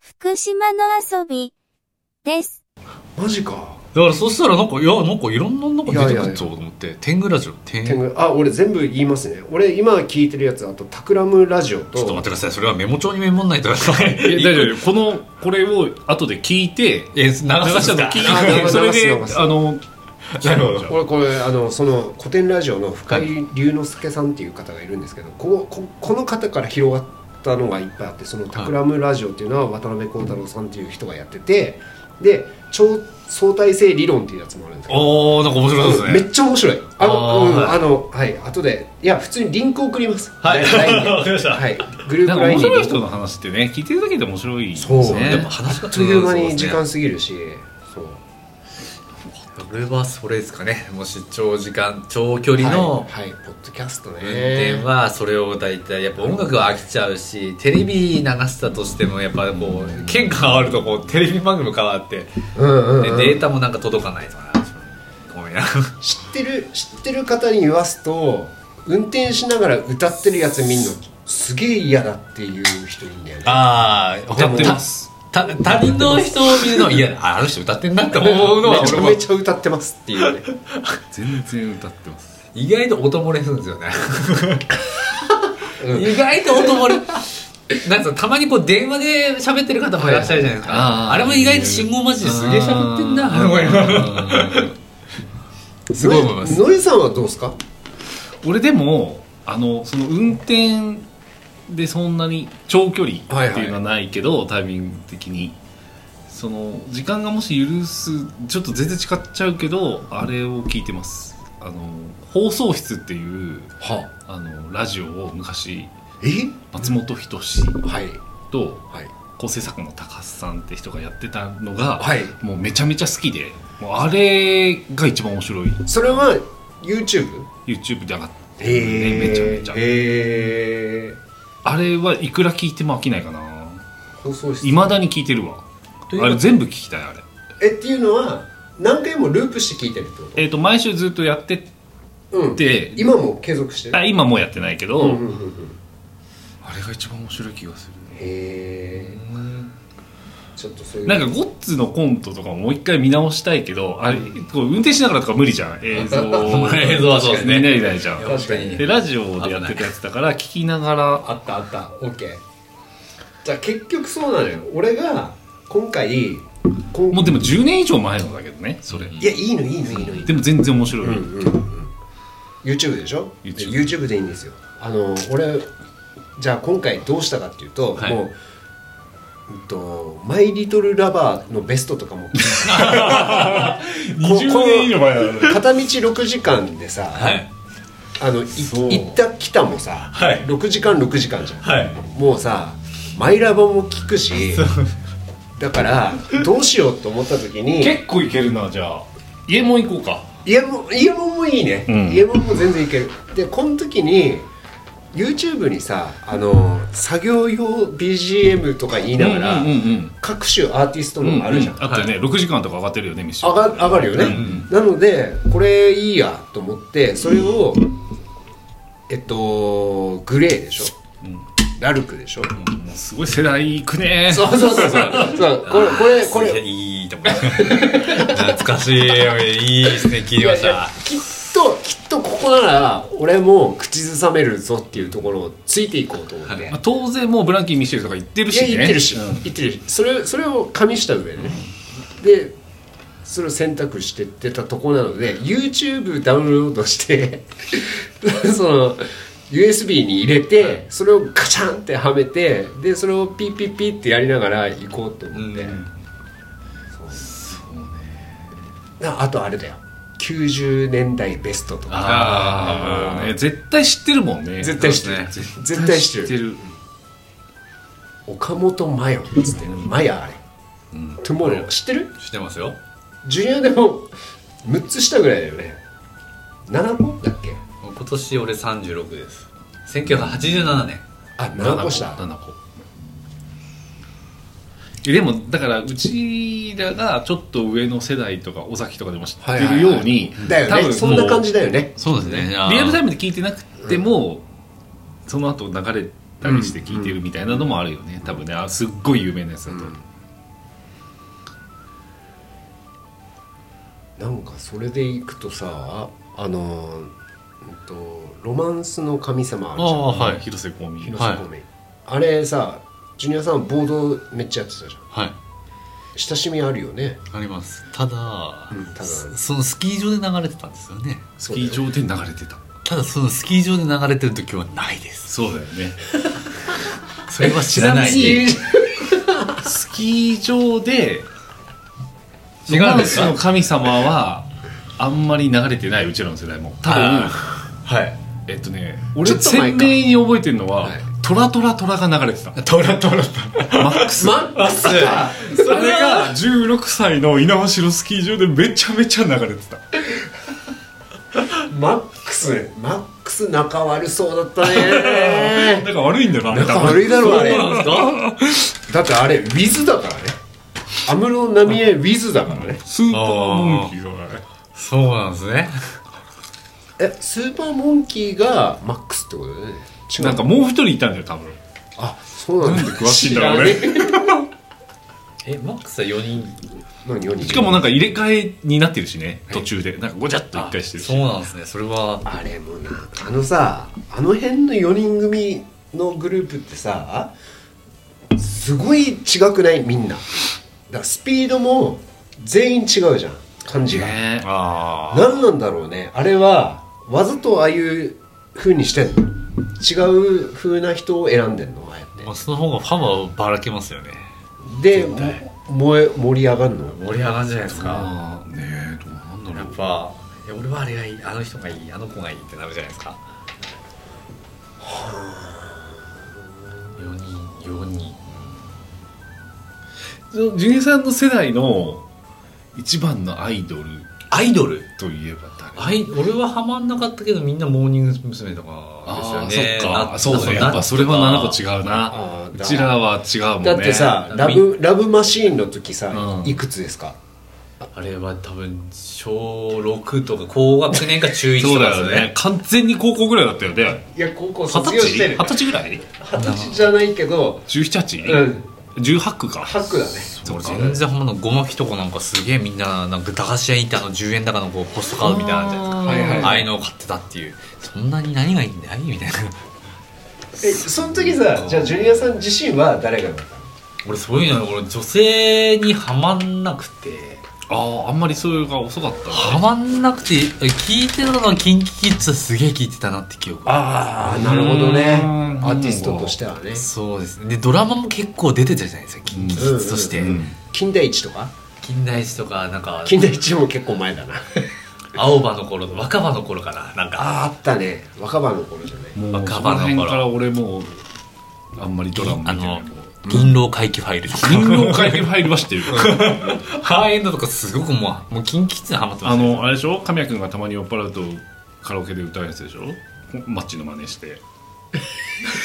福島の遊びです。マジかだからそしたらなんかいやなんかいろんななんか出てくるぞと思って天狗ラジオ天天狗狗あ俺全部言いますね俺今聞いてるやつあとタクラムラジオとちょっと待ってくださいそれはメモ帳にメモんないとええ大丈夫このこれを後で聞いて流すん流でしすたのか聞あい流てすそれで流すあのなるほど俺これあのその古典ラジオの深井龍之介さんっていう方がいるんですけど、こここの方から広がったのがいっぱいあってその「タクラムラジオ」っていうのは渡辺幸太郎さんっていう人がやっててで超相対性理論っていうやつもあるんですけどおーなんか面白そうめですねっちゃ面白いあのあーうんはあいのはい後でいや普通にリンク送りますはい LINE でわかりましたはい、グルーなんプか LINE 面に白いリンク人の話ってね聞いてるだけで面白いですそうねややっっぱぱ話あがっという間に時間過ぎるしそうこれはそれですかねもし長時間長距離のはい、はい、ポッドキャストね運転はそれを大体やっぱ音楽は飽きちゃうしテレビ流したとしてもやっぱこう喧嘩があるとこうテレビ番組変わってでうんうん、うん、データもなんか届かないとかなごめんな知ってる知ってる方に言わすと運転しながら歌ってるやつ見るのすげえ嫌だっていう人いるんだよねああ歌ってます他他人の人を見るのはいやああの人歌ってんなって思うのはめち俺ゃもめちゃ歌ってますっていうね全然歌ってます意外と音漏れするんですよねうん意外と音漏れなんかたまにこう電話で喋ってる方もいらっしゃるじゃないですか、はいはいはいあーあれも意外と信号待ちですげえ喋ってんなあーすごい思いますのりさんはどうですか俺でもあのその運転でそんなに長距離っていうのはないけど、タイミング的にその時間がもし許すちょっと全然違っちゃうけどあれを聞いてますあの放送室っていうはあのラジオを昔え松本人志はいとはい構成作の高須さんって人がやってたのが、はいもうめちゃめちゃ好きでもうあれが一番面白いそれは YouTube? YouTube で上がってるんで、へえめちゃめちゃへえあれはいくら聞いても飽きないかな放送室いまだに聞いてるわというこあとれ全部聞きたいあれえっていうのは何回もループして聞いてるってこえっ、と毎週ずっとやってとうんて今も継続してある今もうやってないけど、うんうんうんうんあれが一番面白い気がするへえちょっとそういうなんかゴッツのコントとかももう一回見直したいけどあれこう運転しながらとか無 理じゃん映像映像はそうですね見ないないじゃん確かにでラジオでやってたやつだから聞きながらあったあったオッケーじゃあ結局そうなのよ俺が今回こんもうでも10年以上前のだけどねそれいやいいのいいのいいのいいのでも全然面白い、うんうんうん YouTube でしょ YouTube で YouTube でいいんですよあの俺じゃあ今回どうしたかっていうと、はいもう、うんと「マイ・リトル・ラバー」のベストとかも20年以上前だね片道6時間でさ、はいあのいそう行った来たもさ、はい6時間6時間じゃん、はいもうさマイラバも聞くしだからどうしようと思った時に結構いけるなじゃあ家も行こうか家も家ももいいね、うん家もも全然いけるでこの時に YouTube にさあの作業用 BGM とか言いながら、うんうんうん各種アーティストのもあるじゃん、あとね、6時間とか上がってるよねミッション上が上がるよね、なのでこれいいやと思ってそれをえっとグレーでしょ、ラルクでしょ、もうすごい世代いくねそうそうそうそうそうこれこれこれいいと思います懐かしいいいですね聞いてましいやいやたきっときっとここなら俺も口ずさめるぞっていうところをついていこうと思って、はいいまあ、当然もうブランキー・ミシェルとか行ってるしやね言ってるし、うん言ってるしそれそれを加味した上でね、でそれを選択してってたとこなので YouTube ダウンロードして その USB に入れて、それをガチャンってはめてでそれをピッピッピッってやりながら行こうと思って、うんああとあれだよ90年代ベストとかああ、ね、絶対知ってるもんね絶対知ってるそうですね絶対知ってるる岡本麻代っつってね麻代あれ、トゥモロー知ってるしてますよジュニアでも6つ下ぐらいだよね7個だっけ今年俺36です1987年あ7個下7個えでもだからうちらがちょっと上の世代とか尾崎とかでも知ってるようにだよ多分ねもうそんな感じだよねそうですねリアルタイムムで聞いてなくても、その後流れたりして聞いてるみたいなのもあるよね、多分ねあすっごい有名なやつだと、うんなんかそれでいくとさあのうんと「ロマンスの神様」あるじゃんあはい広瀬香美広瀬香美、あれさジュニアさんボードめっちゃやってたじゃんはい、はい、親しみあるよねありますただ、うんただそそのスキー場で流れてたんですよねスキー場で流れてたただそのスキー場で流れてる時はないですそうだよねそれは知らないスキースキー場で違違ううんんでですすかの神様はあんまり流れてないうちらの世代も多分あーはいえっとねち俺ょっと前鮮か明に覚えてるのははい「トラトラトラ」が流れてたトラトラマックスマックスかそれが16歳の猪苗代スキー場でめちゃめちゃ流れてたマックスマックス仲悪そうだったねなんか悪いんだよなあれ 仲悪いだろあれなんですかだってあれウィズだからね安室奈美恵ウィズだからねスーパーモンキーだからねそうなんですねえスーパーモンキーがマックスってことだよね違うなんかもう一人いたんだよ多分あそうなんだ詳しいんだろうね知らねえマックスは4人え何何しかもなんか入れ替えになってるしね途中でなんかごちゃっと一回してるそうしなんですねそれはあれもなあのさあの辺の4人組のグループってさすごい違くないみんなだからスピードも全員違うじゃん感じが、ねあ何なんだろうねあれはわざとああいう風にしてんの違う風な人を選んでんのああやまあ、その方がファンはばらけますよねってでも燃え盛り上がるの盛り上がるんじゃないですかあねえどうなんだやろっぱいや俺はあれがいいあの人がいいあの子がいいってなるじゃないですか4人4人うジュニアさんの世代の一番のアイドルアイドルといえば誰アイ俺はハマんなかったけどみんなモーニング娘。とかですよねあーそっなかそうだねやっぱそれは7個違うなあーうちらは違うもんねだってさ、ねラブラブマシーンの時さ、うんいくつですかあれは多分小6とか高学年か中1そとうかだですよよねね完全に高校ぐらいだったよねいや高校二十卒業してる歳二十歳ぐらい二十歳じゃないけどう1718ん18かハックだねそうか全然ハマんのごまきとかなんかすげえみんななんか駄菓子屋に行ってあの10円高のこうポストカードみたいなのあるじゃないですはかいはいああいうのを買ってたっていうそんなに何がいいんだいみたいなえその時さじゃあジュニアさん自身は誰がだったの 俺そういうの俺女性にはまんなくてあああんまりそれが遅かったねはまんなくて聞いてたのはキンキキッズはすげえ聞いてたなって記憶ああなるほどねうーんアーティストとしてはねそうですねでドラマも結構出てたじゃないですかキンキキッズとして、うんうん金田一とか金田一とかなんか金田一も結構前だな青葉の頃若葉の頃かななんかあああったね若葉の頃じゃないもう若そ葉のの頃辺から俺もうあんまりドラマあ見てなのい銀狼回帰ファイルとか人狼会に入りましてるハーエンドとかすごくもうもうキンキキッズにハマってま しあたねのあれでしょ神谷君がたまに酔っ払うとカラオケで歌うやつでしょマッチの真似して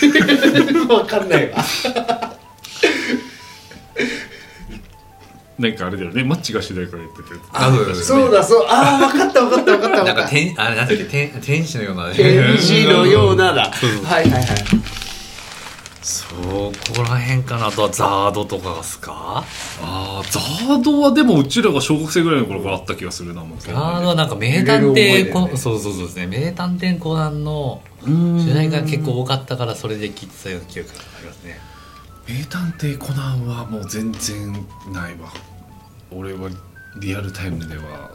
分かん ないわなんかあれだよねマッチが主題歌でやっててあそうですそうだそうああ分かった分かった分かった分なかんかった天あれなんだっけ天天使のような KBC のようなだはいはいはいそこら辺かなあとはザードとかがすかあーザードはでもうちらが小学生ぐらいの頃からあった気がするなもうザードはなんか名探偵コナン、そうそうそうですね名探偵コナンの主題歌が結構多かったからそれで聴いてたような記憶がありますね名探偵コナンはもう全然ないわ俺はリアルタイムでは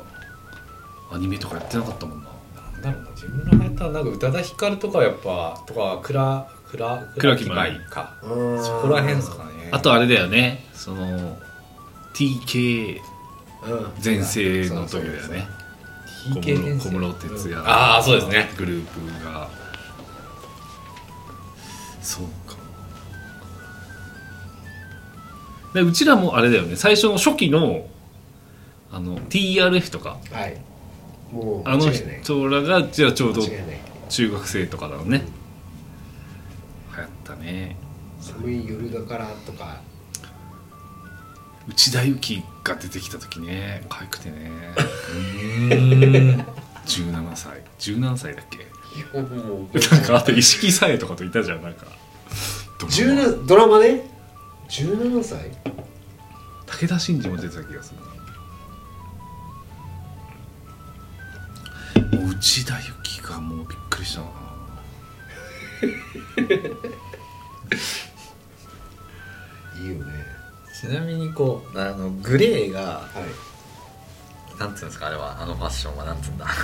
アニメとかやってなかったもんななんだろうな自分の流行ったらなんか宇多田ヒカルとかやっぱとかクラクラ倉木舞かうーんですかねあとあれだよねその TK うん全盛の時だよね TK 小室先生小室哲うん哉ああそうですねグループがそうかでうちらもあれだよね最初の初期のあの TRF とかはいもうあの間違いない人らがじゃあちょうど間違いない中学生とかだろうね流行ったね寒い夜だからとか内田有紀が出てきた時ね可愛くてね17歳17歳だっけなんかあと意識さえとかといたじゃんなんか17ドラマね17歳武田真治も出てた気がするな内田有紀がもうびっくりしたなうんいいよねちなみにこうあのグレーがはいなんつうんですかあれはあのファッションはなんつうんだ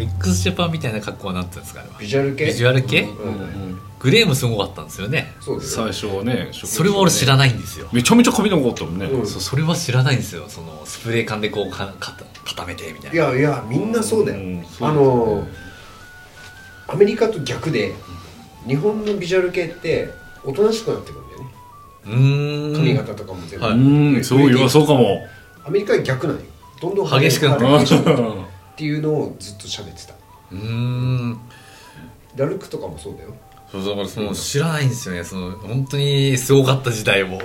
x ジャパンみたいな格好はなんつうんですかあれはビジュアル系ビジュアル系、うんうんグレーもすごかったんですよねそうです最ね初はねそれは俺知らないないんですよめちゃめちゃ髪長かったもんね、うんそうそれは知らないんですよそのスプレー缶でこうかか固めてみたいいなやいやみんなそうだよ、うんそうですねあのアメリカと逆で日本のビジュアル系っておとなしくなってくるんだよねうーん髪型とかも全部、はういんそういやそうかもアメリカは逆なんよどんどん激しくなってく激しくなってくるうっていうのをずっと喋ってたうーんダルクとかもそうだよそうだからその知らないんですよねその本当にすごかった時代を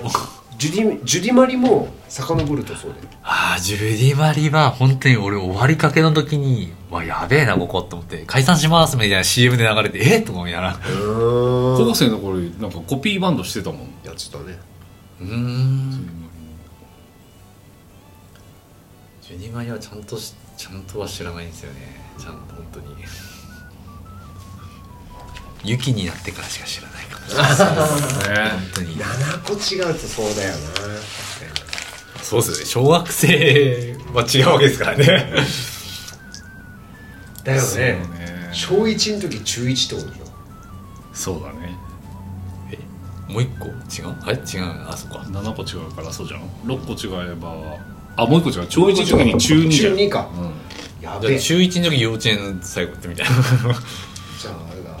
ジュディジュディマリも遡るとそうだよああジュディ・マリは本当に俺終わりかけの時にわやべえなここと思って解散しますみたいな CM で流れてえっと思いながら高校う生の頃なんかコピーバンドしてたもんんやつだねうーんジュディ・マリはちゃんとしちゃんとは知らないんですよねちゃんと本当に雪になってからしか知らないかもしれない本当に7個違うとそうだよなそうですよね小学生は違うわけですからねだよそうねね小1の時中1ってことでしょそうだねもう一個違うあれ違うあそこ7個違うからそうじゃん6個違えばあもう一個違う超一の時に中2じゃん中二かうんやじべえゃあじ中1の時幼稚園最後やってみたいなゃああれだ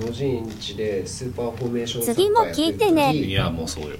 老人インチでスーパーフォーメーション次も聞いてねサッカーやってる時いやもうそうよ